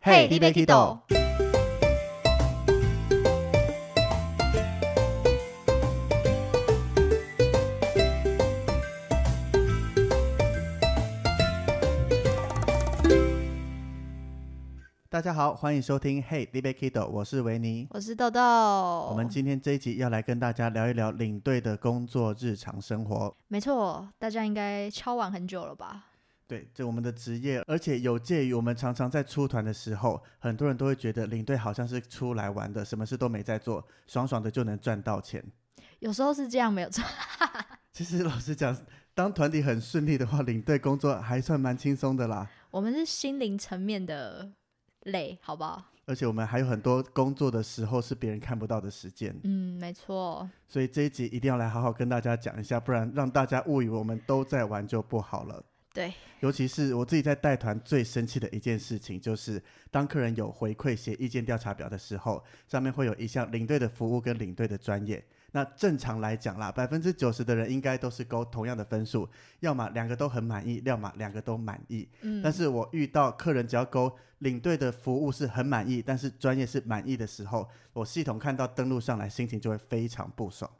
嘿你要去倒？大家好，欢迎收听 Hey, d b Kido，我是维尼。我是豆豆。哦我们今天这一集要来跟大家聊一聊领队的工作日常生活。没错，大家应该敲碗很久了吧？对，这我们的职业，而且有介于我们常常在出团的时候，很多人都会觉得领队好像是出来玩的，什么事都没在做，爽爽的就能赚到钱。有时候是这样，没有错。其实老实讲，当团体很顺利的话，领队工作还算蛮轻松的啦。我们是心灵层面的累，好不好？而且我们还有很多工作的时候是别人看不到的时间，嗯，没错。所以这一集一定要来好好跟大家讲一下，不然让大家误以为我们都在玩就不好了。对，尤其是我自己在带团最生气的一件事情，就是当客人有回馈写意见调查表的时候，上面会有一项领队的服务跟领队的专业。那正常来讲啦，百分之九十的人应该都是勾同样的分数，要么两个都很满意，要么两个都满意。嗯，但是我遇到客人只要勾领队的服务是很满意，但是专业是满意的时候，我系统看到登录上来，心情就会非常不爽。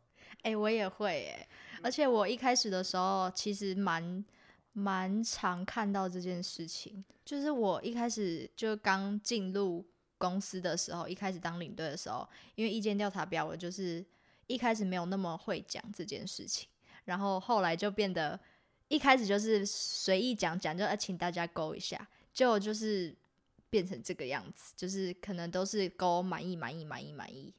哎、我也会哎、而且我一开始的时候其实蛮蛮常看到这件事情，就是我一开始就刚进入公司的时候，一开始当领队的时候，因为意见调查表，我就是一开始没有那么会讲这件事情，然后后来就变得一开始就是随意讲讲，就呃请大家勾一下，结果就是变成这个样子，就是可能都是勾满意满意满意满意，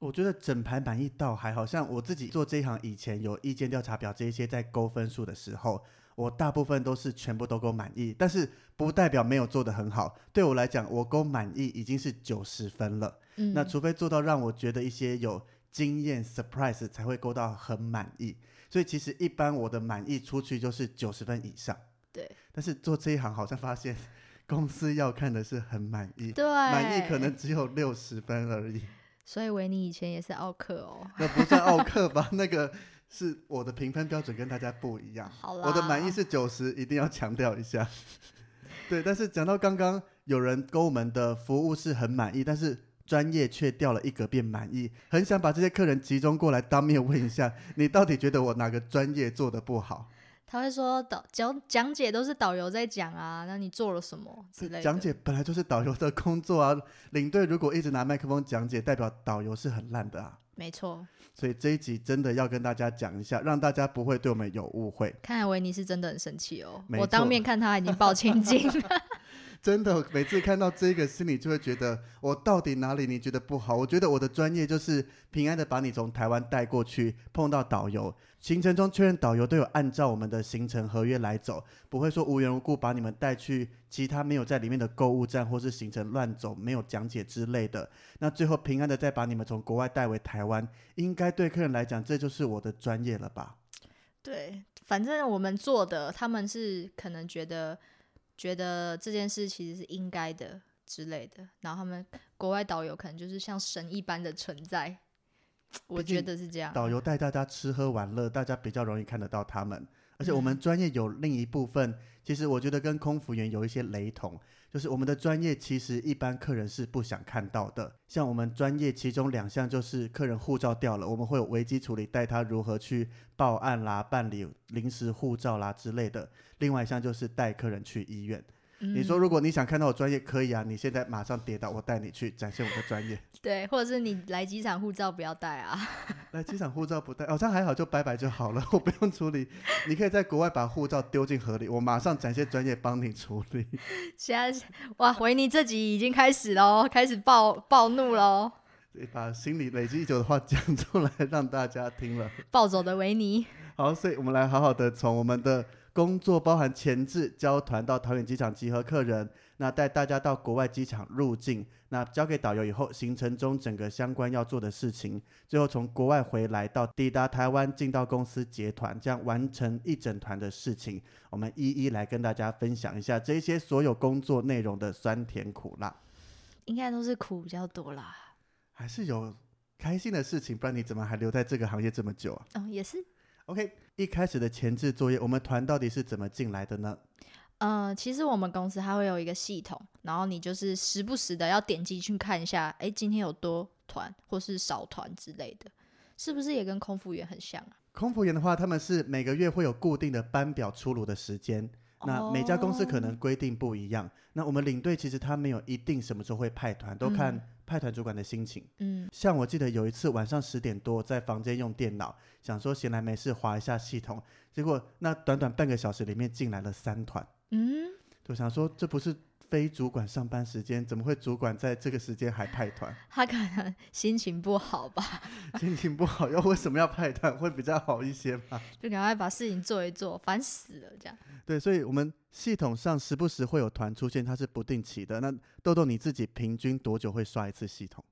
我觉得整排满意倒还好像我自己做这一行以前有意见调查表这一些在勾分数的时候，我大部分都是全部都勾满意，但是不代表没有做得很好。对我来讲，我勾满意已经是九十分了，嗯，那除非做到让我觉得一些有惊艳 surprise 才会勾到很满意。所以其实一般我的满意出去就是九十分以上，对但是做这一行好像发现 公司要看的是很满意，对满意可能只有六十分而已。所以维尼以前也是奥克哦。那不算奥克吧？那个是我的评分标准跟大家不一样。好啦，啊我的满意是九十，一定要强调一下。 对，但是讲到刚刚，有人跟我们的服务是很满意，但是专业却掉了一格变满意，很想把这些客人集中过来，当面问一下，你到底觉得我哪个专业做的不好？他会说导讲讲解都是导游在讲啊，那你做了什么之类的。讲解本来就是导游的工作啊，领队如果一直拿麦克风讲解，代表导游是很烂的啊。没错，所以这一集真的要跟大家讲一下，让大家不会对我们有误会。看来维尼是真的很生气哦。没我错当面看他已经抱歉镜 了。真的，每次看到这个，心里就会觉得我到底哪里你觉得不好？我觉得我的专业就是平安的把你从台湾带过去，碰到导游，行程中确认导游都有按照我们的行程合约来走，不会说无缘无故把你们带去其他没有在里面的购物站或是行程乱走，没有讲解之类的。那最后平安的再把你们从国外带回台湾，应该对客人来讲，这就是我的专业了吧？对，反正我们做的，他们是可能觉得觉得这件事其实是应该的之类的，然后他们国外导游可能就是像神一般的存在，我毕竟觉得是这样。导游带大家吃喝玩乐，大家比较容易看得到他们。而且我们专业有另一部分，其实我觉得跟空服员有一些雷同，就是我们的专业其实一般客人是不想看到的。像我们专业其中两项就是客人护照掉了，我们会有危机处理，带他如何去报案啦、办理临时护照啦之类的。另外一项就是带客人去医院。你说嗯如果你想看到我专业，可以啊，你现在马上跌倒，我带你去展现我的专业。对，或者是你来机场护照不要带啊。来机场护照不带，好、哦、像还好，就拜拜就好了， 我不用处理。你可以在国外把护照丢进河里，我马上展现专业帮你处理。现在哇，维尼这集已经开始喽，开始暴暴怒喽，把心里累积已久的话讲出来，让大家听了。暴走的维尼。好，所以我们来好好的从我们的工作，包含前置教团到桃园机场集合客人，那带大家到国外机场入境，那交给导游以后，行程中整个相关要做的事情，最后从国外回来到抵达台湾，进到公司结团，这样完成一整团的事情，我们一一来跟大家分享一下这些所有工作内容的酸甜苦辣，应该都是苦比较多啦。还是有开心的事情，不然你怎么还留在这个行业这么久啊嗯，也是。 ？OK，一开始的前置作业，我们团到底是怎么进来的呢？嗯，其实我们公司它会有一个系统，然后你就是时不时的要点击去看一下，哎，今天有多团或是少团之类的，是不是也跟空服员很像啊？空服员的话，他们是每个月会有固定的班表出炉的时间，那每家公司可能规定不一样。那我们领队其实他没有一定什么时候会派团，都嗯看派团主管的心情。嗯像我记得有一次晚上十点多在房间用电脑，想说闲来没事划一下系统，结果那短短半个小时里面进来了三团，嗯，就想说这不是非主管上班时间，怎么会主管在这个时间还派团？他可能心情不好吧， 心情不好又为什么要派团？会比较好一些吗？就赶快把事情做一做，烦死了这样。 对，所以我们系统上时不时会有团出现，它是不定期的。那豆豆你自己平均多久会刷一次系统？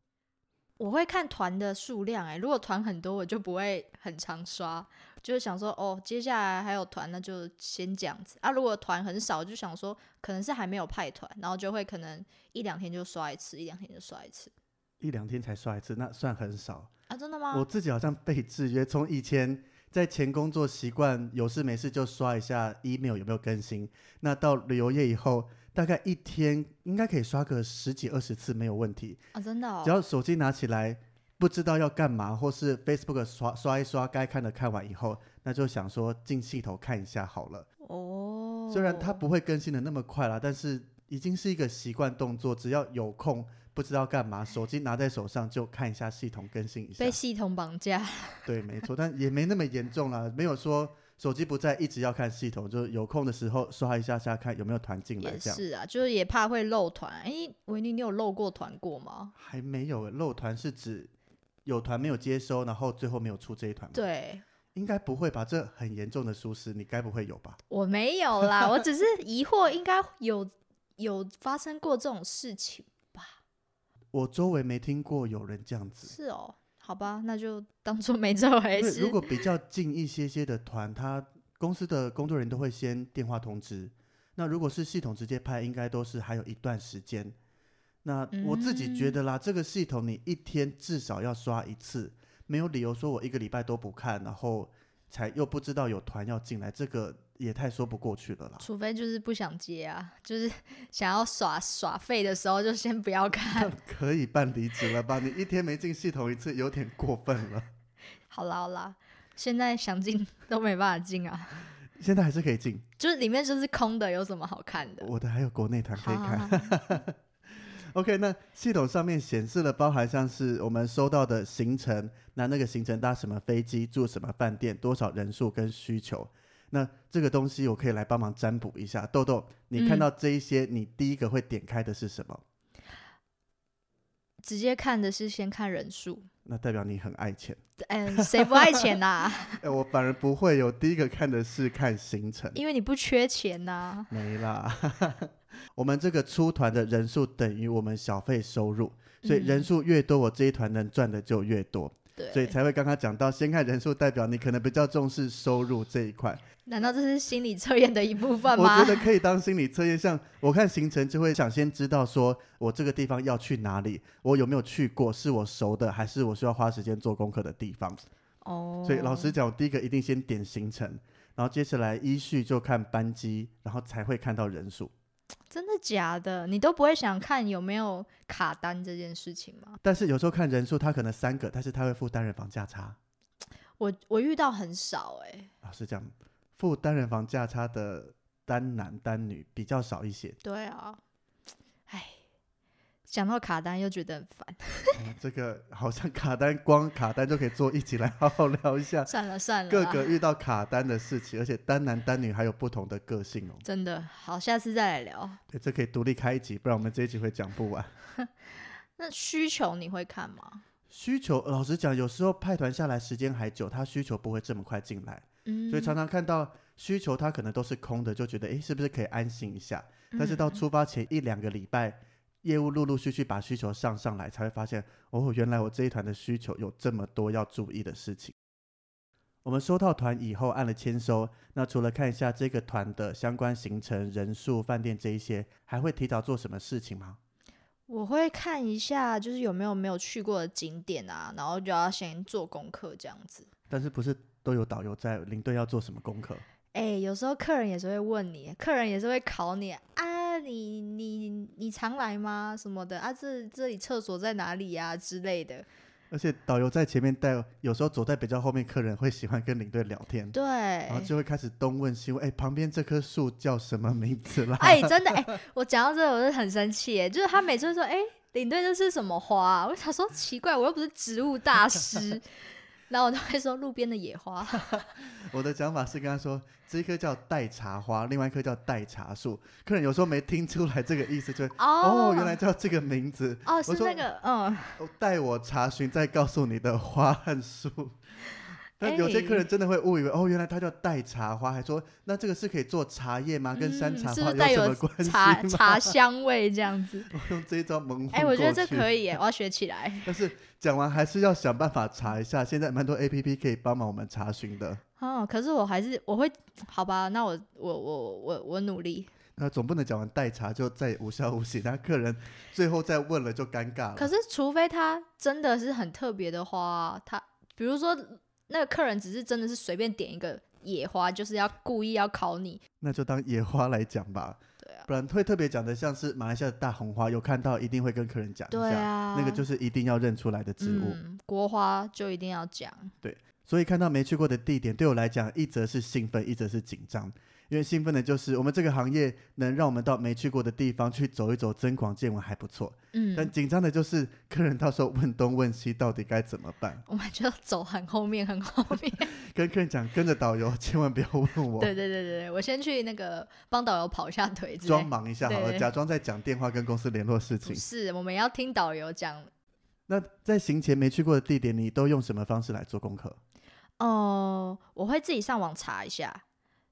我会看团的数量、欸，如果团很多，我就不会很常刷，就是想说，哦，接下来还有团，那就先这样子啊。如果团很少，就想说可能是还没有派团，然后就会可能一两天就刷一次，一两天就刷一次一两天才刷一次，那算很少。啊，真的吗？我自己好像被制约，从以前在前工作习惯有事没事就刷一下 email 有没有更新，那到旅游业以后，大概一天应该可以刷个十几二十次没有问题。啊，真的、哦，只要手机拿起来，不知道要干嘛，或是 Facebook 刷刷一刷，该看的看完以后，那就想说进系统看一下好了。哦，虽然它不会更新的那么快啦，但是已经是一个习惯动作，只要有空。不知道干嘛，手机拿在手上就看一下系统更新一下。被系统绑架，对，没错，但也没那么严重啦，没有说手机不在一直要看系统，就是有空的时候刷一下下看有没有团进来也这样。是啊，就是也怕会漏团。哎、维尼，你有漏过团过吗？还没有欸漏团是指有团没有接收，然后最后没有出这一团吗？，对，应该不会吧？这很严重的疏失，你该不会有吧？我没有啦，我只是疑惑，应该有有发生过这种事情。我周围没听过有人这样子。是哦，好吧，那就当做没这回对，事。如果比较近一些些的团，他公司的工作人员都会先电话通知。那如果是系统直接派，应该都是还有一段时间。那我自己觉得啦，这个系统你一天至少要刷一次，没有理由说我一个礼拜都不看，然后才又不知道有团要进来，这个也太说不过去了 啦。 除非就是不想接啊，就是 想要耍耍废的时候，就先不要看。 可以办离职了吧？你一天没进系统一次，有点过分了。好啦好啦，现在想进 都没办法进啊，现在还是可以进，就是里面就是空的，有什么好看的？我的还有国内团可好以好看。好， 啊 OK，那系统上面显示了包含像是我们收到的行程，那那个行程搭什么飞机，住什么饭店，多少人数跟需求。那这个东西我可以来帮忙占卜一下。豆豆，你看嗯到这一些，你第一个会点开的是什么？直接看的是先看人数，那代表你很爱钱。 嗯，谁不爱钱呐、 哎，我反而不会有，第一个看的是看行程。因为你不缺钱呐、没啦， 我们这个出团的人数等于我们小费收入，所以人嗯数越多，我这一团能赚的就越多。所以对，才会刚刚讲到，先看人数代表你可能比较重视收入这一块。难道这是心理测验的一部分我吗觉？得可以当心理测验，像我看行程就会想先知道说我这个地方要去哪里，我有没有去过，是我熟的，还是我需要花时间做功课的地方。哦，所以老实讲，我第一个一定先点行程，然后接下来依序就看班机，然后才会看到人数。真的假的？你都不会想看有没有卡单这件事情吗？但是有时候看人数，他可能三个，但是他会付单人房价差我我遇到很少哎、啊，是这样，付单人房价差的单男单女比较少一些。对啊，哎，讲到卡单又觉得很 烦。哦这个好像卡单，光卡单就可以坐一起来好好聊一下 算了算了各啦，个遇到卡单的事情，而且单男单女还有不同的个性哦。真的好，下次再来聊。对，这可以独立开一集，不然我们这一集会讲不完。那需求你会看吗？需求老实讲，有时候派团下来时间还久，他需求不会这么快进来，嗯，所以常常看到需求他可能都是空的，就觉得诶是不是可以安心一下？但是到嗯出发前一两个礼拜，业务陆陆续续把需求上上来，才会发现哦，原来我这一团的需求有这么多要注意的事情。我们收到团以后按了签收，那除了看一下这个团的相关行程、人数、饭店这一些，还会提早做什么事情吗？我会看一下，就是有没有没有去过的景点啊，然后就要先做功课这样子。但是不是都有导游在领队要做什么功课？哎、哎、有时候客人也是会问你，客人也是会考你啊，你你你常来吗？什么的啊，这这里厕所在哪里呀、之类的。而且导游在前面带，有时候走在比较后面，客人会喜欢跟领队聊天，对，然后就会开始东问西问，哎、旁边这棵树叫什么名字啦？ 哎、真的哎、我讲到这个我是很生气哎，就是他每次都说哎、领队这是什么花、啊？我想说奇怪，我又不是植物大师，然后我都会说路边的野花。 我的讲法是跟他说，这一棵叫代茶花，另外一棵叫代茶树。客人有时候没听出来这个意思，就会哦，原来叫这个名字。哦是说那个嗯，哦带我查询，再告诉你的花和树。但有些客哎人真的会误以为，哦，原来它叫代茶花，还说那这个是可以做茶叶吗？跟山嗯茶是花不是带什有么关系茶吗？ 茶香味这样子？我用这一招蒙混哎、我觉得过这去可以哎，我要学起来。但是讲完还是要想办法查一下，现在蛮多 A P P 可以帮忙我们查询的。哦，可是我还是我会，好吧，那我我我我我努力。那总不能讲完代查就再也无消无息，那客人最后再问了就尴尬了。可是除非他真的是很特别的花啊，他比如说那个客人只是真的是随便点一个野花，就是要故意要考你。那就当野花来讲吧，对啊，不然会特别讲的像是马来西亚的大红花，有看到一定会跟客人讲一对下，啊，那个就是一定要认出来的植物。嗯，国花就一定要讲。所以看到没去过的地点，对我来讲，一则是兴奋，一则是紧张。因为兴奋的就是我们这个行业能让我们到没去过的地方去走一走，增广见闻还不错。但嗯，紧张的就是客人到时候问东问西，到底该怎么办？我们就走很后面，很后面。跟客人讲，跟着导游，千万不要问我， 对对对对对，我先去那个帮导游跑一下腿之类装。忙一下好对嗯了，对假装在讲电话跟公司联络事不情。是，我们要听导游讲那在行前没去过的地点，你都用什么方式来做功课？ 哦、我会自己上网查一下，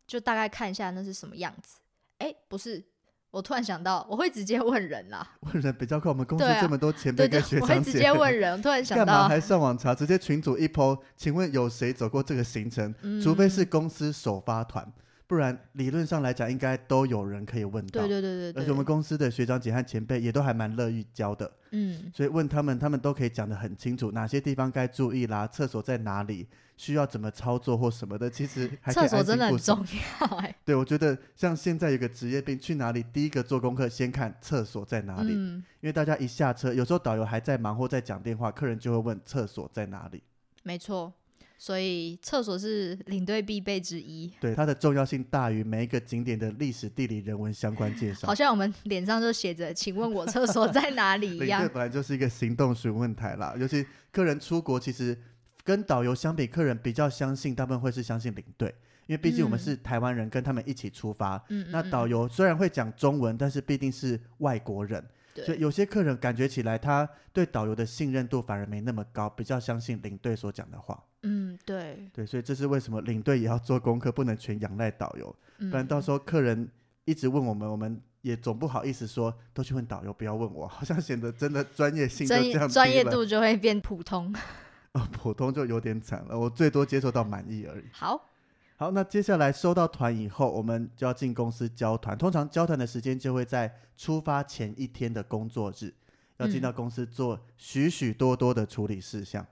就大概看一下那是什么样子。哎、不是，我突然想到，我会直接问人啊啦。问人比较快，我们公司对啊这么多前 对辈对跟学，我会长直姐，接问人。哦突然想干嘛到，还上网查？ 直接群主一 PO，请问有谁走过这个行程？嗯除非是公司首发团，不然理论上来讲，应该都有人可以问到。对对对对而且我们对，公司的学长姐和前辈也都还蛮乐意教的，嗯，所以问他们，他们都可以讲得很清楚，哪些地方该注意啦，厕所在哪里，需要怎么操作或什么的。其实还可以厕所安心真的很不少重要哎、对，我觉得像现在有个职业病，去哪里第一个做功课，先看厕所在哪里，嗯，因为大家一下车，有时候导游还在忙或在讲电话，客人就会问厕所在哪里。没错。所以厕所是领队必备之一，对，它的重要性大于每一个景点的历史、地理、人文相关介绍好。像我们脸上就写着“请问我厕 所在哪里”一领样队。本来就是一个行动询问台啦，尤其客人出国，其实跟导游相比，客人比较相信，大部分会是相信领队，因为毕竟我们嗯是台湾人，跟他们一起出发。嗯，嗯那嗯导游虽然会讲中文，但是必定是外国人，所以对，有些客人感觉起来，他对导游的信任度反而没那么高，比较相信领队所讲的话。嗯对，对，所以这是为什么领队也要做功课，不能全仰赖导游，不不然到时候客人一直问我们，我们也总不好意思说都去问导游，不要问我， 好像显得真的专业性就这样专专低业了度就会变普通。 哦，普通就有点惨了，我最多接受到满意而已。好，好，那接下来收到团以后，我们就要进公司交团。通常交团的时间就会在出发前一天的工作日，要进嗯到公司做许许多多的处理事项。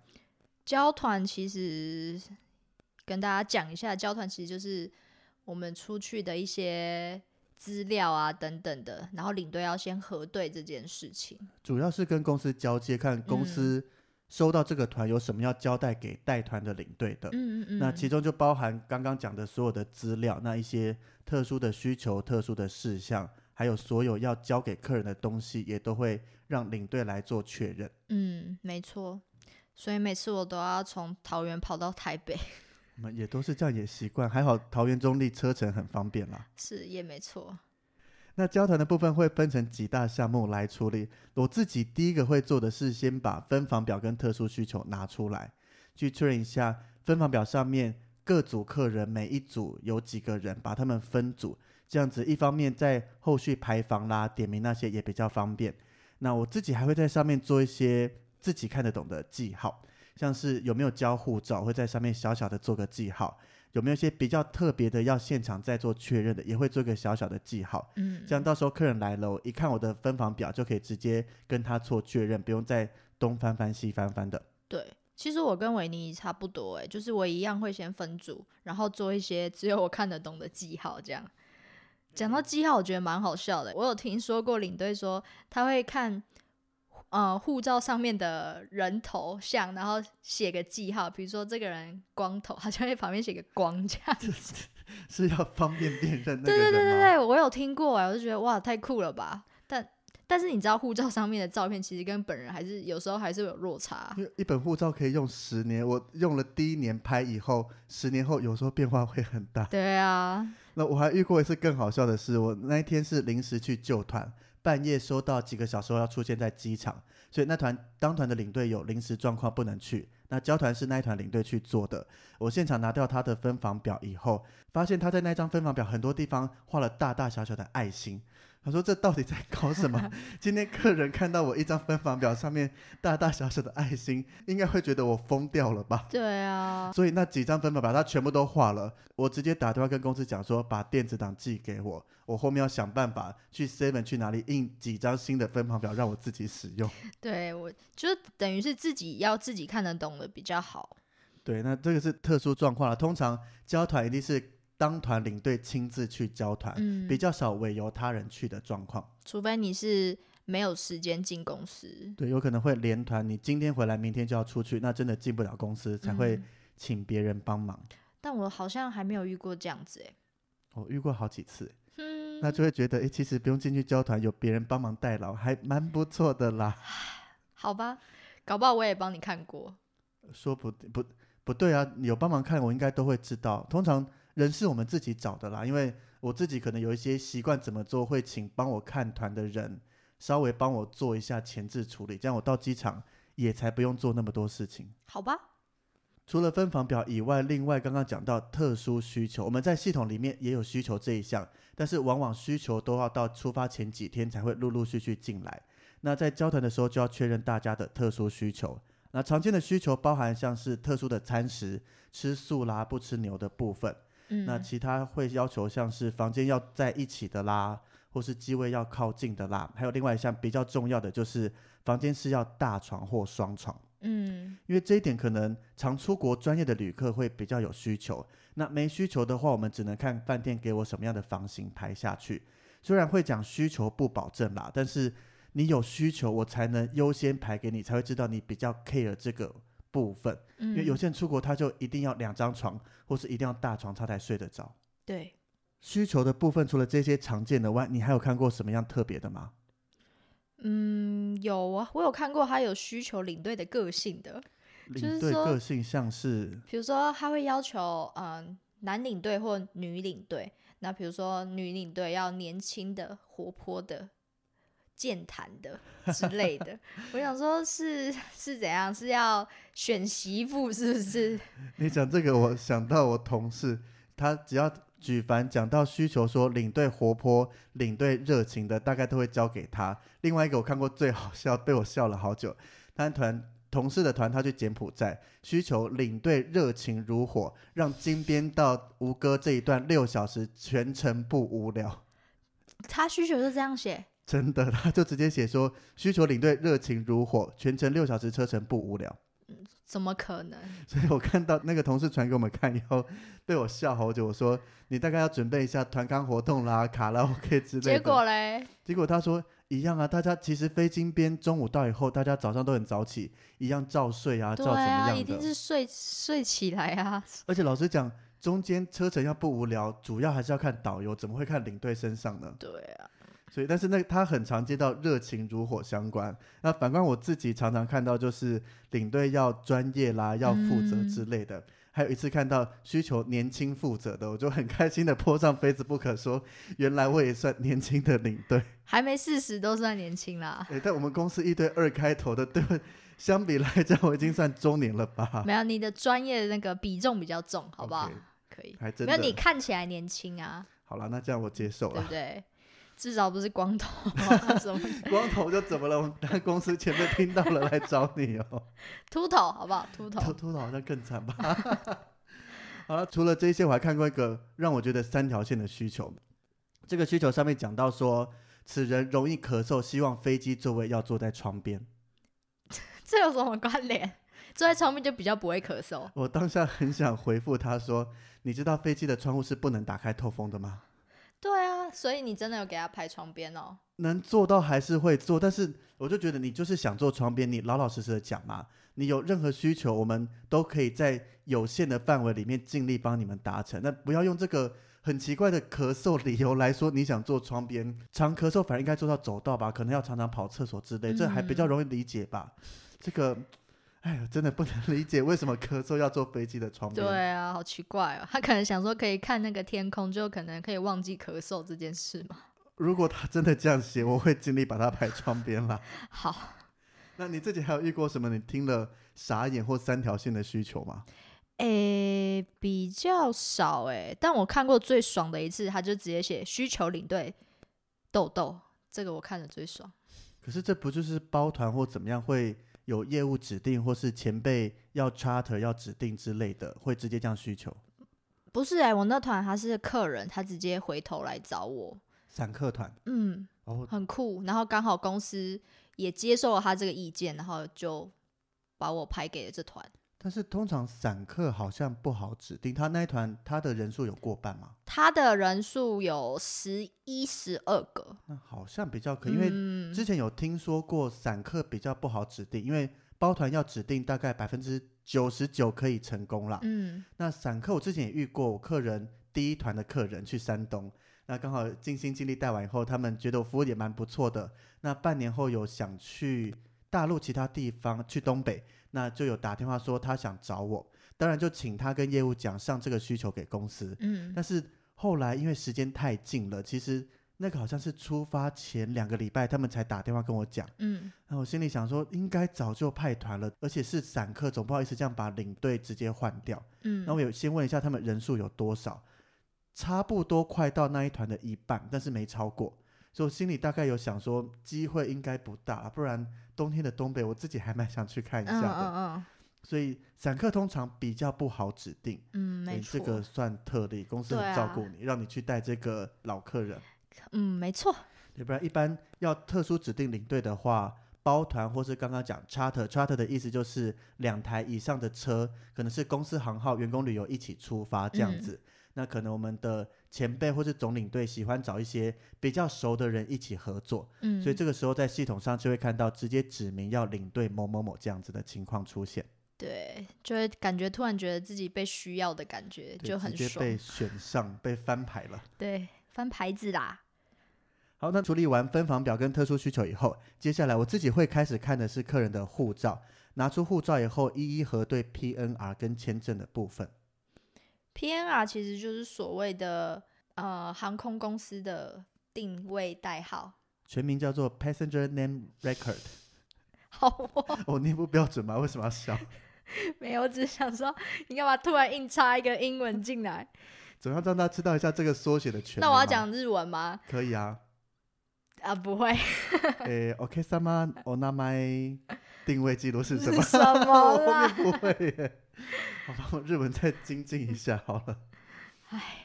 交团其实跟大家讲一下，交团其实就是我们出去的一些资料啊等等的，然后领队要先核对这件事情。主要是跟公司交接，看公嗯司收到这个团有什么要交代给带团的领队的。嗯嗯嗯。那其实中就包含刚刚讲的所有的资料，那一些特殊的需求、特殊的事项，还有所有要交给客人的东西，也都会让领队来做确认。嗯，没错。所以每次我都要从桃园跑到台北，我 嗯们也都是这样，也习惯。还好桃园中立车程很方便啦。是也没错。那交谈的部分会分成几大项目来处理。我自己第一个会做的是先把分房表跟特殊需求拿出来，去确认一下分房表上面各组客人每一组有几个人，把他们分组，这样子一方面在后续排房啦、点名那些也比较方便。那我自己还会在上面做一些自己看得懂的记号，像是有没有交护照，会在上面小小的做个记号。有没有一些比较特别的要现场再做确认的，也会做个小小的记号。嗯，这样到时候客人来了，我一看我的分房表就可以直接跟他做确认，不用再东翻翻西翻翻的。 对。其实我跟维尼差不多哎、就是我一样会先分组，然后做一些只有我看得懂的记号，这样。讲嗯到记号，我觉得蛮好笑的。我有听说过领队说他会看，呃，护照上面的人头像，然后写个记号，比如说这个人光头，他就会旁边写个光这样子。是要方便辨认那个对对人吗？对对对，我有听过哎、我就觉得哇，太酷了吧！但但是你知道，护照上面的照片其实跟本人还是有时候还是会有落差。因为一本护照可以用十年，我用了第一年拍以后，十年后有时候变化会很大。对啊，那我还遇过一次更好笑的是，我那一天是临时去救团，半夜收到几个小时后要出现在机场，所以那团当团的领队有临时状况不能去，那交团是那一团领队去做的。我现场拿掉他的分房表以后，发现他在那张分房表很多地方画了大大小小的爱心。他说：“这到底在搞什么？今天客人看到我一张分房表上面大大小小的爱心，应该会觉得我疯掉了吧？”对啊，所以那几张分本把它全部都画了，我直接打电话跟公司讲说，把电子档寄给我，我后面要想办法去 Seven 去哪里印几张新的分盘表让我自己使用。对我就是等于是自己要自己看得懂的比较好。对，那这个是特殊状况了，通常交团一定是当团领队亲自去交团，嗯呃比，较少委由他人去的状况。除非你是没有时间进公司，对，有可能会连团，你今天回来，明天就要出去，那真的进不了公司，才会嗯请别人帮忙。但我好像还没有遇过这样子哎、我哦遇过好几次，嗯，那就会觉得，诶，其实不用进去交团，有别人帮忙代劳，还蛮不错的啦。好吧，搞不好我也帮你看过。说不定不不对啊，有帮忙看我应该都会知道。通常人是我们自己找的啦，因为我自己可能有一些习惯怎么做，会请帮我看团的人稍微帮我做一下前置处理，这样我到机场也才不用做那么多事情。好吧，除了分房表以外，另外刚刚讲到特殊需求，我们在系统里面也有需求这一项，但是往往需求都要到出发前几天才会陆陆续续进来。那在交谈的时候就要确认大家的特殊需求。那常见的需求包含像是特殊的餐食，吃素啦、不吃牛的部分。嗯，那其他会要求像是房间要在一起的啦，或是机位要靠近的啦。还有另外一项比较重要的就是房间是要大床或双床。嗯，因为这一点可能常出国专业的旅客会比较有需求。那没需求的话，我们只能看饭店给我什么样的房型排下去。虽然会讲需求不保证啦，但是你有需求，我才能优先排给你，才会知道你比较 care 这个部分。因为有嗯些人出国他就一定要两张床，或是一定要大床，他才睡得着。对，需求的部分除了这些常见的外，你还有看过什么样特别的吗？嗯，有啊，我有看过他有需求领队的个性的，就是领队说个性像是比如说他会要求嗯、男领队或女领队，那比如说女领队要年轻的、活泼的、健谈 的之类的。我想说是是怎样？是要选媳妇是不是？你讲这个，我想到我同事，他只要举凡讲到需求说领队活泼、领队热情的，大概都会交给他。另外一个我看过最好笑，被我笑了好久。他团同事的团，他去柬埔寨，需求领队热情如火，让金边到吴哥这一段六小时全程不无聊。 他需求是这样写，真的，他就直接写说需求领队热情如火，全程六小时车程不无聊。怎么可能？所以我看到那个同事传给我们看以后，被我笑好久。我说你大概要准备一下团康活动啦、卡拉 OK 之类的。结果嘞，结果他说一样啊，大家其实飞金边中午到以后，大家早上都很早起，一样照睡啊，对照什么啊，一样定的。是睡睡起来啊。而且老实讲，中间车程要不无聊，主要还是要看导游，怎么会看领队身上呢？ 对啊，所以，但是那他很常接到热情如火相关。那反观我自己，常常看到就是领队要专业啦，要负责之类的。还有一次看到需求年轻负责的，我就很开心的泼上 Facebook 说，原来我也算年轻的领队。 还没四十都算年轻啦。诶，但我们公司一堆二开头的，对不？相比来讲，我已经算中年了吧？没有，你的专业的那个比重比较重，好不啊好 OK，可以。还真没有，你的。看起来年轻啊，好了，那这样我接受对不了。对？至少不是光头啊 什么 光头就怎么了？我们当公司前辈听到了来找你哦、秃头，好不好？秃头秃，秃的好像更惨吧。 好了，除了这些，我还看过一个让我觉得三条线的需求。这个需求上面讲到说，此人容易咳嗽，希望飞机座位要坐在窗边。这有什么关联？坐在窗边就比较不会咳嗽。我当下很想回复他说：“你知道飞机的窗户是不能打开透风的吗？对啊，所以你真的有给他排窗边哦。能做到还是会做，但是我就觉得你就是想坐窗边，你老老实实的讲嘛。你有任何需求，我们都可以在有限的范围里面尽力帮你们达成。那不要用这个很奇怪的咳嗽理由来说你想坐窗边，常咳嗽反而应该坐到走道吧，可能要常常跑厕所之类，这还比较容易理解吧。这个，哎呦，真的不能理解 为什么咳嗽要坐飞机的窗边。对啊，好奇怪哦。他可能想说可以看那个天空，就可能可以忘记咳嗽这件事嘛。如果他真的这样写，我会尽力把它排窗边啦。 好，那你自己还有遇过什么你听了傻眼或三条线的需求吗？诶、比较少诶、但我看过最爽的一次，他就直接写需求领队豆豆，这个我看的最爽。可是这不就是包团或怎么样会有业务指定，或是前辈要 charter 要指定之类的，会直接这样需求？不是诶、我那团他是客人，他直接回头来找我，散客团嗯，哦，很酷。然后刚好公司也接受了他这个意见，然后就把我排给了这团。但是通常散客好像不好指定，他那一团他的人数有过半吗？他的人数有十一、十二个，那好像比较可以，因为嗯之前有听说过散客比较不好指定，因为包团要指定大概百分之九十九可以成功啦。嗯那散客我之前也遇过，我客人第一团的客人去山东，那刚好尽心尽力带完以后，他们觉得我服务也蛮不错的。那半年后有想去大陆其他地方，去东北，那就有打电话说他想找我，当然就请他跟业务讲上这个需求给公司。嗯，但是后来因为时间太近了，其实那个好像是出发前两个礼拜他们才打电话跟我讲。嗯，那我心里想说，应该早就派团了，而且是散客，总不好意思这样把领队直接换掉。嗯，那我有先问一下他们人数有多少，差不多快到那一团的一半，但是没超过，所以我心里大概有想说机会应该不大，啊不然冬天的东北我自己还蛮想去看一下嗯的。嗯所以散客通常比较不好指定，嗯，没你错，这个算特例，公司对很照顾啊你，让你去带这个老客人，嗯，没错，要不然一般要特殊指定领队的话。包团或是刚刚讲 charter charter 的意思就是两台以上的车，可能是公司行号、员工旅游一起出发这样嗯子。那可能我们的前辈或是总领队喜欢找一些比较熟的人一起合作，嗯，所以这个时候在系统上就会看到直接指明要领队某某某这样子的情况出现，对，就会感觉突然觉得自己被需要的感觉对就很直接被爽，选上被翻牌了。对，翻牌子啦，好，那处理完分房表跟特殊需求以后，接下来我自己会开始看的是客人的护照。拿出护照以后，一一核对 PNR 跟签证的部分。 PNR 其实就是所谓的呃航空公司的定位代号，全名叫做 Passenger Name Record。 好哦，我、念不标准吗？为什么要笑？没有，我只是想说你干嘛突然硬插一个英文进来？总要让大家知道一下这个缩写的全名嘛。那我要讲日文吗？可以啊。啊，不会，诶，OK，什 么 o n a m a 定位记录是什么？什 么我后啦面不会耶。好吧，我日文再精进一下好了。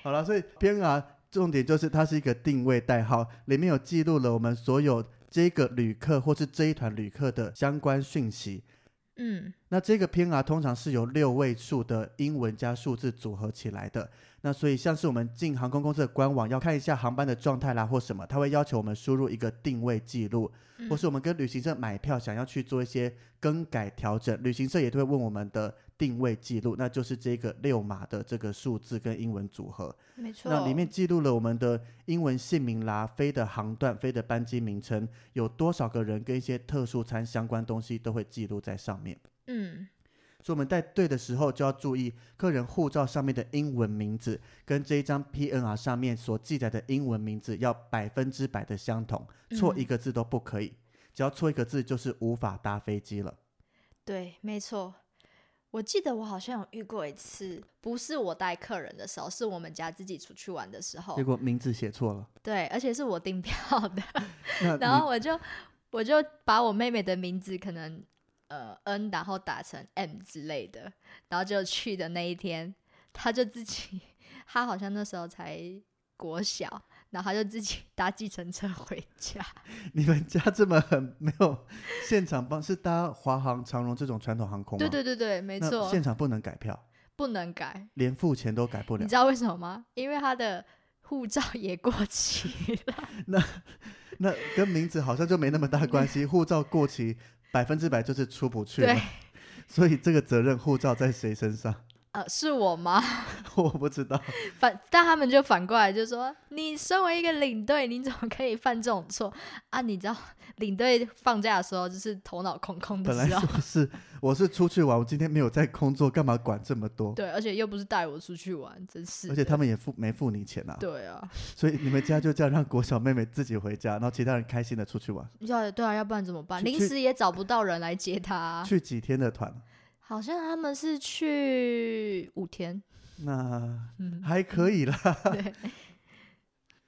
好了，所以 PNR 重点就是它是一个定位代号，里面有记录了我们所有这个旅客或是这一团旅客的相关讯息。嗯那这个 PNR 通常是由六位数的英文加数字组合起来的。那所以像是我们进航空公司的官网要看一下航班的状态啦或什么，它会要求我们输入一个定位记录，嗯或是我们跟旅行社买票想要去做一些更改调整，旅行社也都会问我们的定位记录，那就是这个六码的这个数字跟英文组合。没错，那里面记录了我们的英文姓名啦、飞的航段、飞的班机名称，有多少个人跟一些特殊餐相关东西都会记录在上面。嗯所以我们在对的时候就要注意客人护照上面的英文名字跟这一张 PNR 上面所记载的英文名字要百分之百的相同，错嗯一个字都不可以。只要错一个字，就是无法搭飞机了。对，没错。我记得我好像有遇过一次，不是我带客人的时候，是我们家自己出去玩的时候结，果名字写错了，对，而且是我订票的，那然后你我就我就把我妹妹的名字可能呃 N，然后打成 M 之类的，然后就去的那一天，她就自己，她好像那时候才国小，然后他就自己搭计程车回家。你们家这么很没有现场帮，是搭华航、长荣这种传统航空吗？对对对对，没那错，现场不能改票，不能改。连付钱都改不你了。知道为什么吗？因为他的护照也过期 了。那跟名字好像就没那么大关系，护照过期百分之百就是出不去了对。， 所以这个责任护照在谁身上？ 呃，是我吗？我不知道。反，但他们就反过来就说：“你身为一个领队，你怎么可以犯这种错啊？”你知道，领队放假的时候就是头脑空空本的来时候，说是我是出去玩，我今天没有在工作，干嘛管这么多？对，而且又不是带我出去玩，真是的。而且他们也付没付你钱啊，对啊，所以你们家就这样让国小妹妹自己回家，然后其他人开心的出去玩，要对啊，要不然怎么办？去临去时也找不到人来接他啊、去几天的团，好像他们是去五天，那嗯，还可以啦。对，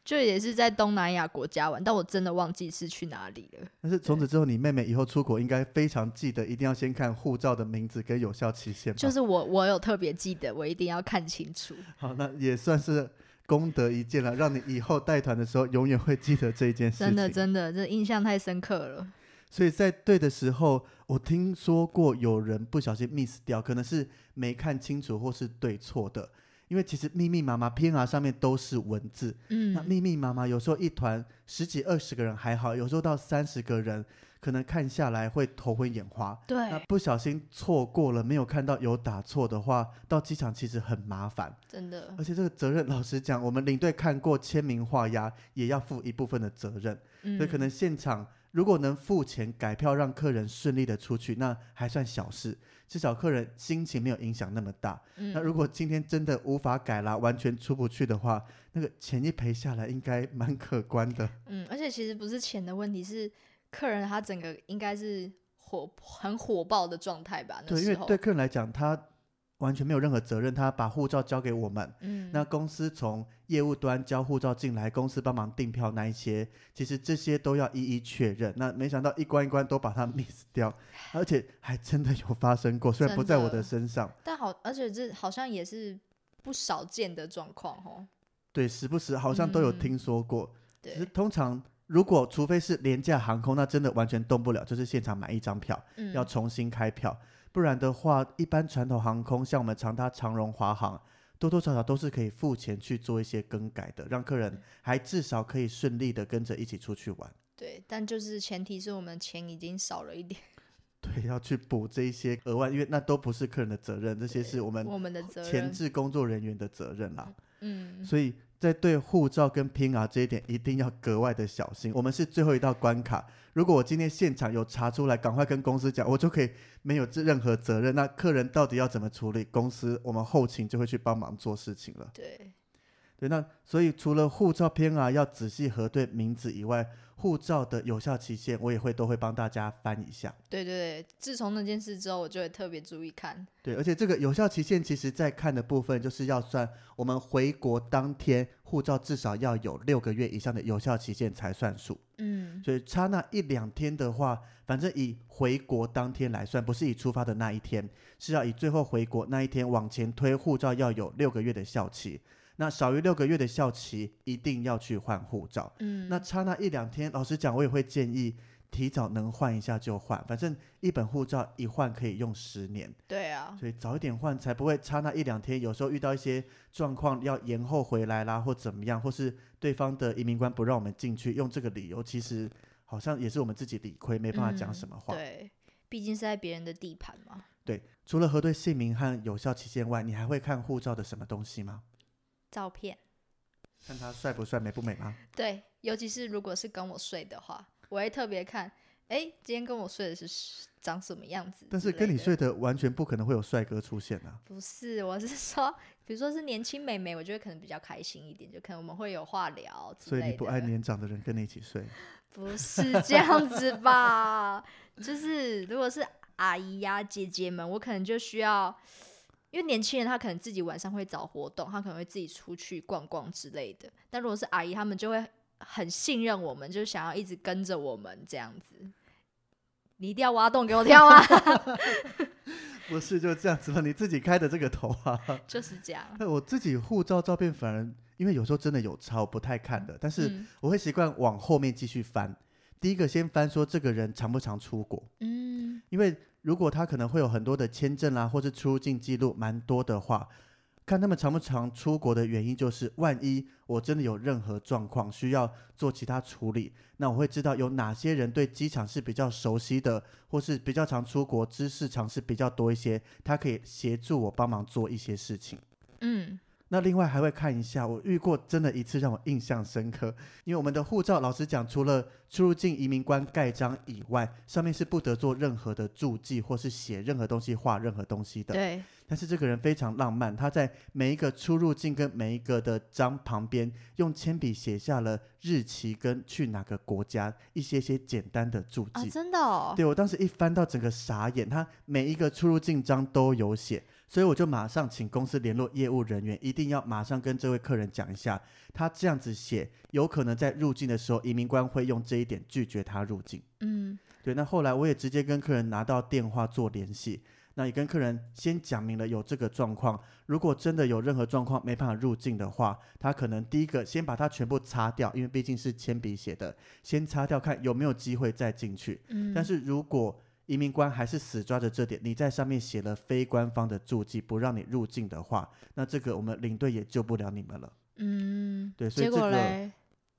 就也是在东南亚国家玩，但我真的忘记是去哪里了。但是从此之后，你妹妹以后出国应该非常记得，一定要先看护照的名字跟有效期限吧。就是我，我有特别记得，我一定要看清楚。好，那也算是功德一件了，让你以后带团的时候永远会记得这一件事情。真的，真的，这印象太深刻了。所以在对的时候，我听说过有人不小心 miss 掉，可能是没看清楚或是对错的。因为其实密密麻麻 PR 上面都是文字，那嗯，密密麻麻有时候一团十几二十个人还好，有时候到三十个人，可能看下来会头昏眼花。那对，不小心错过了，没有看到有打错的话，到机场其实很麻烦。真的而，且这个责任，老实讲，我们领队看过签名画押，也要负一部分的责任。所嗯，以可能现场如果能付钱改票，让客人顺利的出去，那还算小事，至少客人心情没有影响那么大。那嗯，如果今天真的无法改啦，完全出不去的话，那个钱一赔下来，应该蛮可观的。嗯，而且其实不是钱的问题，是客人他整个应该是火很火爆的状态吧？那对，因为时候，对客人来讲，他完全没有任何责任，他把护照交给我们。嗯，那公司从业务端交护照进来，公司帮忙订票那一些，其实这些都要一一确认。那没想到一关一关都把它 miss 掉，而且还真的有发生过，虽然不在我真的的身上，但好，而且这好像也是不少见的状况哦。对，时不时好像都有嗯听说过。只是对，通常如果除非是廉价航空，那真的完全动不了，就是现场买一张票，嗯，要重新开票。不然的话，一般传统航空像我们常搭长荣、华航，多多少少都是可以付钱去做一些更改的，让客人还至少可以顺利的跟着一起出去玩。 对，但就是前提是我们钱已经少了一点，对，要去补这一些额外，因为那都不是客人的责任，这些是我们我们的责前任，置工作人员的责任啦。嗯，所以在对护照跟 PR 这一点一定要格外的小心。我们是最后一道关卡，如果我今天现场有查出来，赶快跟公司讲，我就可以没有这任何责任。那客人到底要怎么处理，公司我们后勤就会去帮忙做事情了。对，对，那所以除了护照 PR 要仔细核对名字以外，护照的有效期限我也会都会帮大家翻一下。对对对。自从那件事之后，我就会特别注意看。对，而且这个有效期限，其实在看的部分就是要算我们回国当天护照至少要有六个月以上的有效期限才算数。嗯，所以差那一两天的话，反正以回国当天来算，不是以出发的那一天，是要以最后回国那一天往前推，护照要有六个月的效期。那少于六个月的效期，一定要去换护照。嗯，那差那一两天，老实讲，我也会建议提早能换一下就换，反正一本护照一换可以用十年。对啊，所以早一点换才不会差那一两天。有时候遇到一些状况要延后回来啦，或怎么样，或是对方的移民官不让我们进去，用这个理由，其实好像也是我们自己理亏，没办法讲嗯什么话。对，毕竟是在别人的地盘嘛。对，除了核对姓名和有效期限外，你还会看护照的什么东西吗？照片，看他帅不帅、美不美吗？对，尤其是如果是跟我睡的话，我会特别看，哎，今天跟我睡的是长什么样子。但是跟你。睡的完全不可能会有帅哥出现啊。不是，我是说，比如说是年轻美眉，我觉得可能比较开心一点，就可能我们会有话聊之所类以的。你不爱年长的人跟你一起睡，不是这样子吧？ 就是如果是阿姨呀、姐姐们，我可能就需要，因为年轻人他可能自己晚上会找活动，他可能会自己出去逛逛之类的。但如果是阿姨，他们就会很信任我们，就想要一直跟着我们这样子。你一定要挖洞给我跳啊！不 是就这样子吗？你自己开的这个头啊。 就是这样。那我自己护照照片反而因为有时候真的有差，我不太看的，但 是嗯我会习惯往后面继续翻。第一个先翻说这个人常不常出国，嗯因为如果他可能会有很多的签证啦、或是出入境记录蛮多的话，看他们常不常出国的原因就是，万一我真的有任何状况需要做其他处理，那我会知道有哪些人对机场是比较熟悉的，或是比较常出国，知识尝试比较多一些，他可以协助我帮忙做一些事情。嗯那另外还会看一下，我遇过真的一次让我印象深刻，因为我们的护照老实讲，除了出入境移民官盖章以外，上面是不得做任何的注记或是写任何东西、画任何东西的。对，但是这个人非常浪漫，他在每一个出入境跟每一个的章旁边，用铅笔写下了日期跟去哪个国家一些些简单的注啊，记。真的哦，对我当时一翻到整个傻眼，他每一个出入境章都有写，所以我就马上请公司联络业务人员，一定要马上跟这位客人讲一下，他这样子写，有可能在入境的时候，移民官会用这一点拒绝他入境。嗯对，那后来我也直接跟客人拿到电话做联系，那也跟客人先讲明了有这个状况，如果真的有任何状况没办法入境的话，他可能第一个先把它全部擦掉，因为毕竟是铅笔写的，先擦掉看有没有机会再进去。嗯，但是如果移民官还是死抓着这点，你在上面写了非官方的注记，不让你入境的话，那这个我们领队也救不了你们了。嗯，对所以结果这个嘞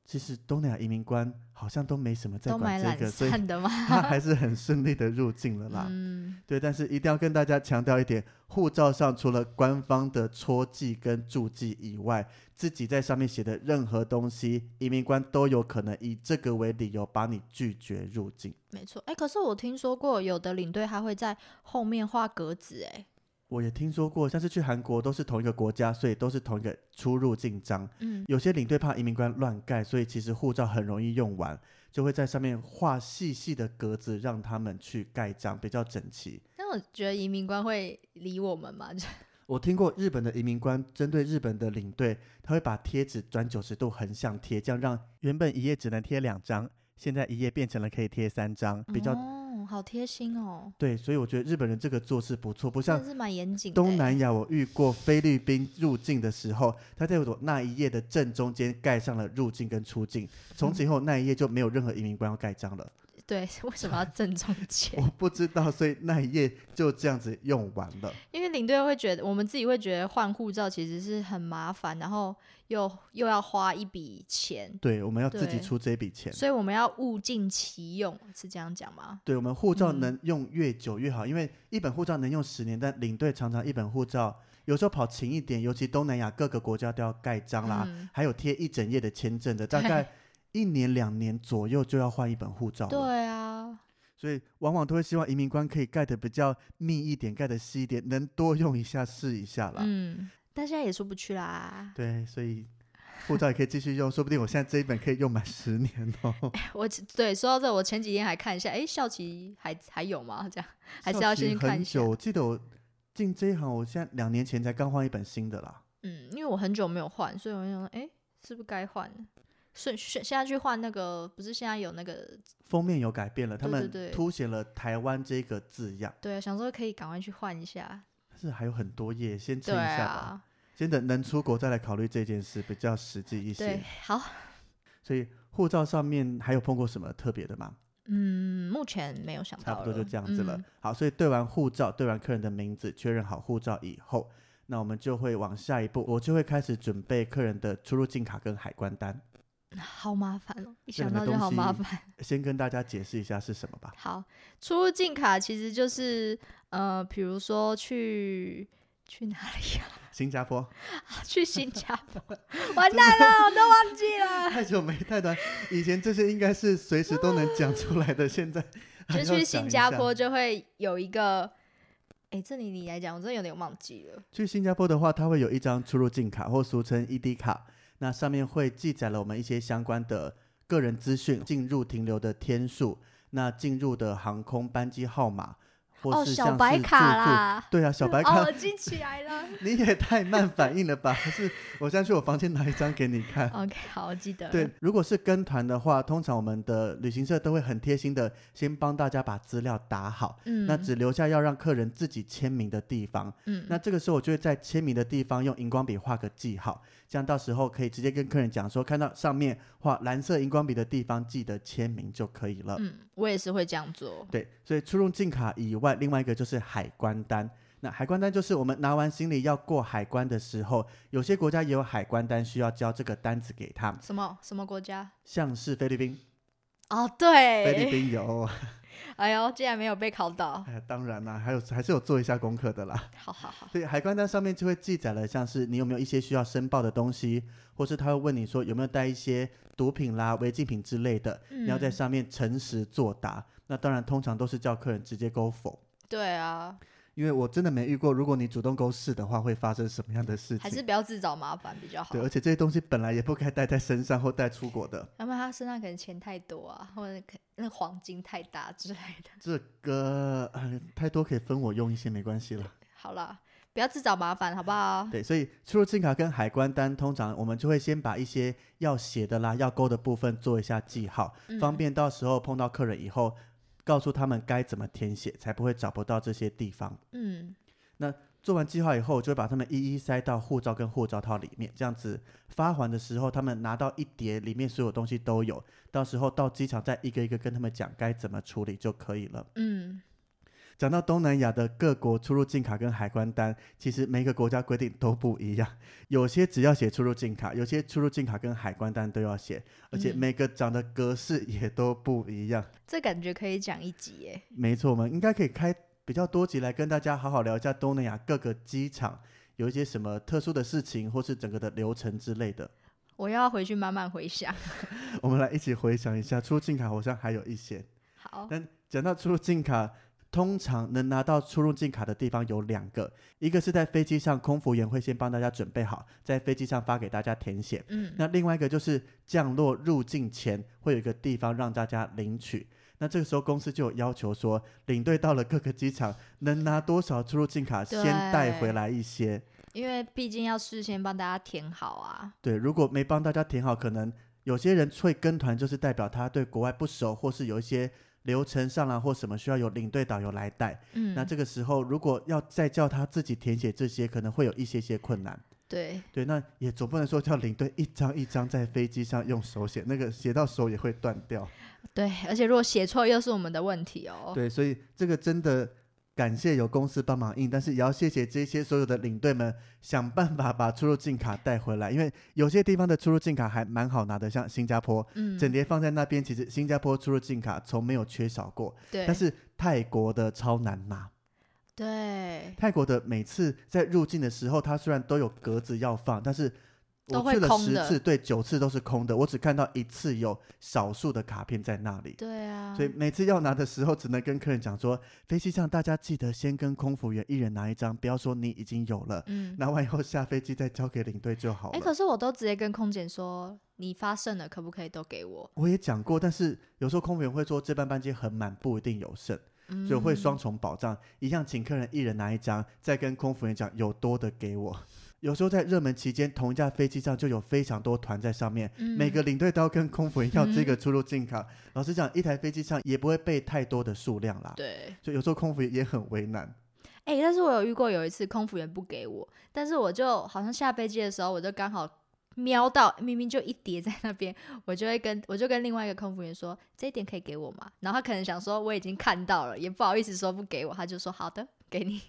其实东南亚移民官好像都没什么在都蛮管懒这个，所以散 的嘛，他还是很顺利的入境了啦。 嗯对，但是一定要跟大家强调一点，护照上除了官方的戳记跟注记以外，自己在上面写的任何东西，移民官都有可能以这个为理由把你拒绝入境。没错，哎、可是我听说过有的领队他会在后面画格子、哎，我也听说过，像是去韩国都是同一个国家，所以都是同一个出入境章。嗯有些领队怕移民官乱盖，所以其实护照很容易用完，就会在上面画细细的格子，让他们去盖章，比较整齐。但我觉得移民官会理我们嘛，就我听过日本的移民官针对日本的领队，他会把贴纸转九十度横向贴，这样让原本一页只能贴两张，现在一页变成了可以贴三张，比较、哦，好贴心哦，对。所以我觉得日本人这个做事不错，不真像的是蛮严谨的、东哎南亚，我遇过菲律宾入境的时候，他在我那一页的正中间盖上了入境跟出境，从此以后那一页就没有任何移民官要盖章了。欸对， 为什么要正中我间？ 不知道，所以那一页就这样子用完了。因为领队会觉得，我们自己会觉得换护照其实是很麻烦，然后又又要花一笔钱，对，我们要自己对出这笔钱。所以我们要物尽其用，是这样讲吗？对我们护照嗯能用越久越好，因为一本护照能用十年，但领队常常一本护照有时候跑勤一点，尤其东南亚各个国家都要盖章啦，嗯还有贴一整页的签证的，大对概一年两年左右就要换一本护照了。对啊，所以往往都会希望移民官可以盖的比较密一点，盖的细一点，能多用一下试一下啦。嗯，但现在也出不去啦。对，所以护照也可以继续用，说不定我现在这一本可以用满十年哦。我其对说到这，我前几天还看一下，哎，校期还还有吗？这样 还是效要期先看很一下久，。我记得我进这一行，我现在两年前才刚换一本新的啦。嗯，因为我很久没有换，所以我就想说，哎，是不是该换了？顺顺现在去换那个，不是现在有那个封面有改变了，他对对们对凸显了台湾这个字样，对啊，想说可以赶快去换一下。但是还有很多页，先撑对一下吧，啊，先等能出国再来考虑这件事，比较实际一对些。，好，所以护照上面还有碰过什么特别的吗？嗯，目前没有想到差不了，多就这样子了。嗯好，所以对完护照，对完客人的名字，确认好护照以后，那我们就会往下一步，我就会开始准备客人的出入境卡跟海关单。嗯好麻烦哦，一这想两个到就东好麻西烦。 先跟大家解释一下是什么吧。好，出入境卡其实就是呃，比如说去去哪里呀、新加 坡去新加坡， 完蛋了，我都忘记 了。太久没带团，以前这些应该是随时都能讲出来的，现在还就要去想新一加下坡就会有一个，哎、这里你来讲，我真的有点忘记了。去新加坡的话，它会有一张出入境卡，或俗称 ED 卡，那上面会记载了我们一些相关的个人资讯、进入停留的天数、那进入的航空班机号码，或是像哦小是白住卡宿啦，对啊，小白哦，卡我，记起来了。你也太慢反应了吧？还是我现在去我房间拿一张给你看。 OK，好，我记得了。对，如果是跟团的话，通常我们的旅行社都会很贴心的先帮大家把资料打好，嗯，那只留下要让客人自己签名的地方。嗯，那这个时候我就会在签名的地方用荧光笔画个记号，这样到时候可以直接跟客人讲说，看到上面画蓝色荧光笔的地方记得签名就可以了。嗯，我也是会这样做。对，所以出入境卡以外，另外一个就是海关单。那海关单就是我们拿完行李要过海关的时候，有些国家也有海关单需要交这个单子给他们，什么什么国家？像是菲律宾，哦，菲律对，宾有， 哎呦，竟然没有被考到，哎，当然啦，还有还是有做一下功课的啦。好好好，对，海关单上面就会记载了，像是你有没有一些需要申报的东西，或是他会问你说有没有带一些毒品啦、违禁品之类的，嗯你要在上面诚实作答。那当然，通常都是叫客人直接勾否，对啊，因为我真的没遇过，如果你主动勾是的话，会发生什么样的事还是情？不要自找麻烦比较好对，。而且这些东西本来也不该带在身上或带出国 的。要不然他身上可能钱太多啊，或者可那黄金太大之类的。这个、呃太多可以分我用一些，没关系了。 好啦，不要自找麻烦，好不好？对，所以出入境卡跟海关单，通常我们就会先把一些要写的啦、要勾的部分做一下记号，嗯方便到时候碰到客人以后，告诉他们该怎么填写，才不会找不到这些地方。嗯，做完记号以后，我就会把它们一一塞到护照跟护照套里面，这样子发还的时候，他们拿到一叠，里面所有东西都有，到时候到机场再一个一个跟他们讲该怎么处理就可以了。嗯讲到东南亚的各国出入境卡跟海关单，其实每个国家规定都不一样，有些只要写出入境卡，有些出入境卡跟海关单都要写，而且嗯每个长的格式也都不一样。嗯，这感觉可以讲一集耶。没错，我们应该可以开比较多集来跟大家好好聊一下东南亚各个机场有一些什么特殊的事情，或是整个的流程之类的。 我要回去慢慢回想。我们来一起回想一下，出入境卡好像还有一些。好，但讲到出入境卡，通常能拿到出入境卡的地方有两个，一个是在飞机上，空服员会先帮大家准备好，在飞机上发给大家填写；嗯那另外一个就是降落入境前会有一个地方让大家领取。那这个时候公司就有要求说，领队到了各个机场能拿多少出入境卡，先带回来一些。因为毕竟要事先帮大家填好啊。对，如果没帮大家填好，可能有些人会跟团，就是代表他对国外不熟，或是有一些流程上啦、或什么需要有领队导游来带。嗯，那这个时候，如果要再叫他自己填写这些，可能会有一些些困难。对，对，那也总不能说叫领队一张一张在飞机上用手写，那个写到手也会断掉。对，而且如果写错又是我们的问题哦。对，所以这个真的感谢有公司帮忙印，但是也要谢谢这些所有的领队们想办法把出入境卡带回来，因为有些地方的出入境卡还蛮好拿的，像新加坡，嗯，整叠放在那边，其实新加坡出入境卡从没有缺少过，对，但是泰国的超难拿。对，泰国的每次在入境的时候，它虽然都有格子要放，但是都我会去了空十的次，对，九次都是空的，我只看到一次有少数的卡片在那里。对啊，所以每次要拿的时候，只能跟客人讲说，飞机上大家记得先跟空服员一人拿一张，不要说你已经有了，嗯， 拿完以后下飞机再交给领队就好哎、了。可是我都直接跟空姐说，你发剩了可不可以都给我？我也讲过，但是有时候空服员会说这班班机很满，不一定有剩，嗯，所以我会双重保障，一样请客人一人拿一张，再跟空服员讲有多的给我。有时候在热门期间，同一架飞机上就有非常多团在上面，嗯，每个领队都要跟空服员要这 个出入境卡。老实讲，一台飞机上也不会备太多的数量啦，对，所以有时候空服员也很为难。哎、但是我有遇过有一次空服员不给我，但是我就好像下飞机的时候，我就刚好。瞄到明明就一叠在那边，我就会跟我就跟另外一个空服员说这一点可以给我吗？然后他可能想说我已经看到了，也不好意思说不给我，他就说好的给你。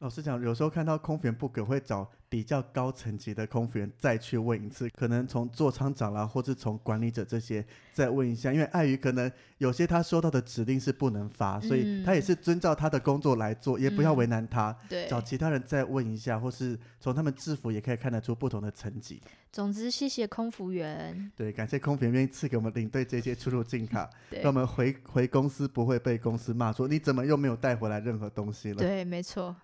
老实讲，有时候看到空服员不给，会找比较高层级的空服员再去问一次，可能从座舱长啊啦，或是从管理者这些再问一下，因为碍于可能有些他收到的指令是不能嗯发，所以他也是遵照他的工作来做，也不要为难他，对，找其他人再问一下，或是从他们制服也可以看得出不同的层级。总之谢谢空服员。对，感谢空服员愿意赐给我们领队这些出入境卡， 对让我们回回公司不会被公司骂说你怎么又没有带回来任何东西了。对，没错，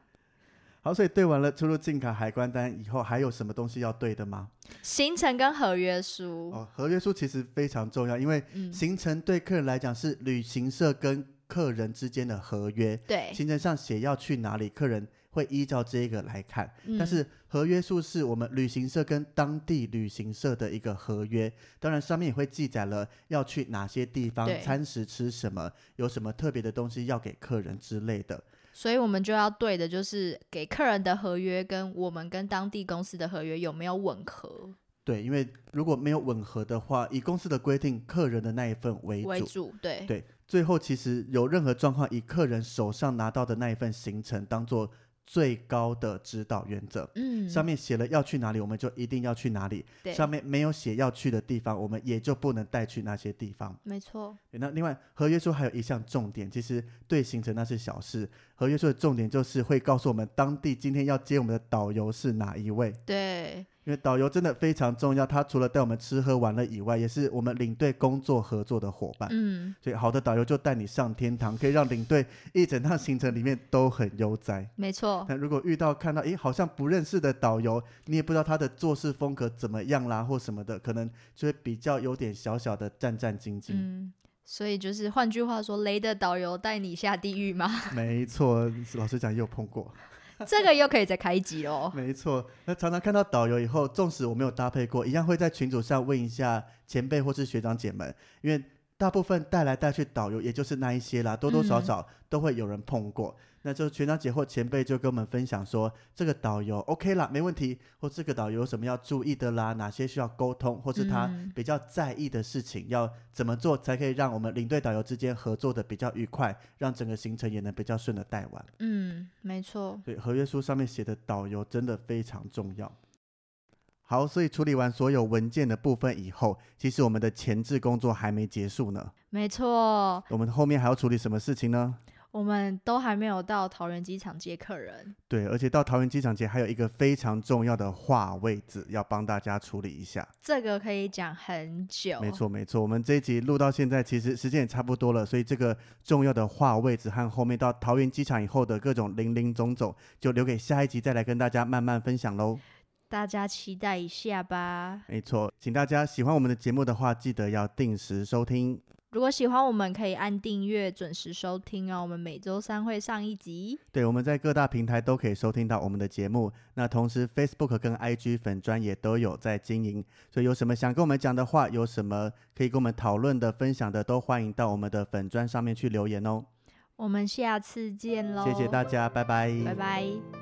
好，所以对完了出入境卡、海关单以后，还有什么东西要对的吗？哦行程跟合约书，哦，合约书其实非常重要，因为嗯，行程对客人来讲是旅行社跟客人之间的合约，对，行程上写要去哪里，客人会依照这个来看。嗯但是合约数是我们旅行社跟当地旅行社的一个合约，当然上面也会记载了要去哪些地方对，餐食吃什么，有什么特别的东西要给客人之类的。所以我们就要对的就是给客人的合约跟我们跟当地公司的合约有没有吻合对，因为如果没有吻合的话，以公司的规定，客人的那一份为主。为主，对，对，最后其实有任何状况，以客人手上拿到的那一份行程当做最高的指导原则。嗯，上面写了要去哪里，我们就一定要去哪里。对，上面没有写要去的地方，我们也就不能带去那些地方。没错，对那另外，合约书还有一项重点，其实对行程那是小事，合约书的重点就是会告诉我们当地今天要接我们的导游是哪一位，对，因为导游真的非常重要，他除了带我们吃喝玩乐以外，也是我们领队工作合作的伙伴。嗯，所以，好的导游就带你上天堂，可以让领队一整趟行程里面都很悠哉。没错，但如果遇到看到诶好像不认识的导游，你也不知道他的做事风格怎么样啦，或什么的，可能就会比较有点小小的战战兢兢。嗯，所以就是换句话说，雷的导游带你下地狱吗？ 没错，老实讲也有碰过。这个又可以再开一集 喽。没错，那常常看到导游以后，纵使我没有搭配过，一样会在群组上问一下前辈或是学长姐们，因为大部分带来带去导游也就是那一些啦，多多少少都会有人碰过。那就学长姐或前辈就跟我们分享说，这个导游 OK 啦，没问题，或这个导游有什么要注意的啦，哪些需要沟通，或是他嗯比较在意的事情，要怎么做才可以让我们领队导游之间合作的比较愉快，让整个行程也能比较顺的带完。嗯，没错，对，合约书上面写的导游真的非常重要。好，所以处理完所有文件的部分以后，其实我们的前置工作还没结束呢。没错，我们后面还要处理什么事情呢？我们都还没有到桃园机场接客人。对，而且到桃园机场前还有一个非常重要的话位置要帮大家处理一下。这个可以讲很久，没，错，没错。我们这一集录到现在，其实时间也差不多了，所以这个重要的话位置和后面到桃园机场以后的各种零零总总，就留给下一集再来跟大家慢慢分享喽。大家期待一下吧。没错，请大家喜欢我们的节目的话，记得要定时收听。如果喜欢我们，可以按订阅，准时收听哦。我们每周三会上一集。对，我们在各大平台都可以收听到我们的节目。那同时，Facebook 跟 IG 粉专也都有在经营，所以有什么想跟我们讲的话，有什么可以跟我们讨论的、分享的，都欢迎到我们的粉专上面去留言哦。我们下次见喽，谢谢大家，拜拜，拜拜。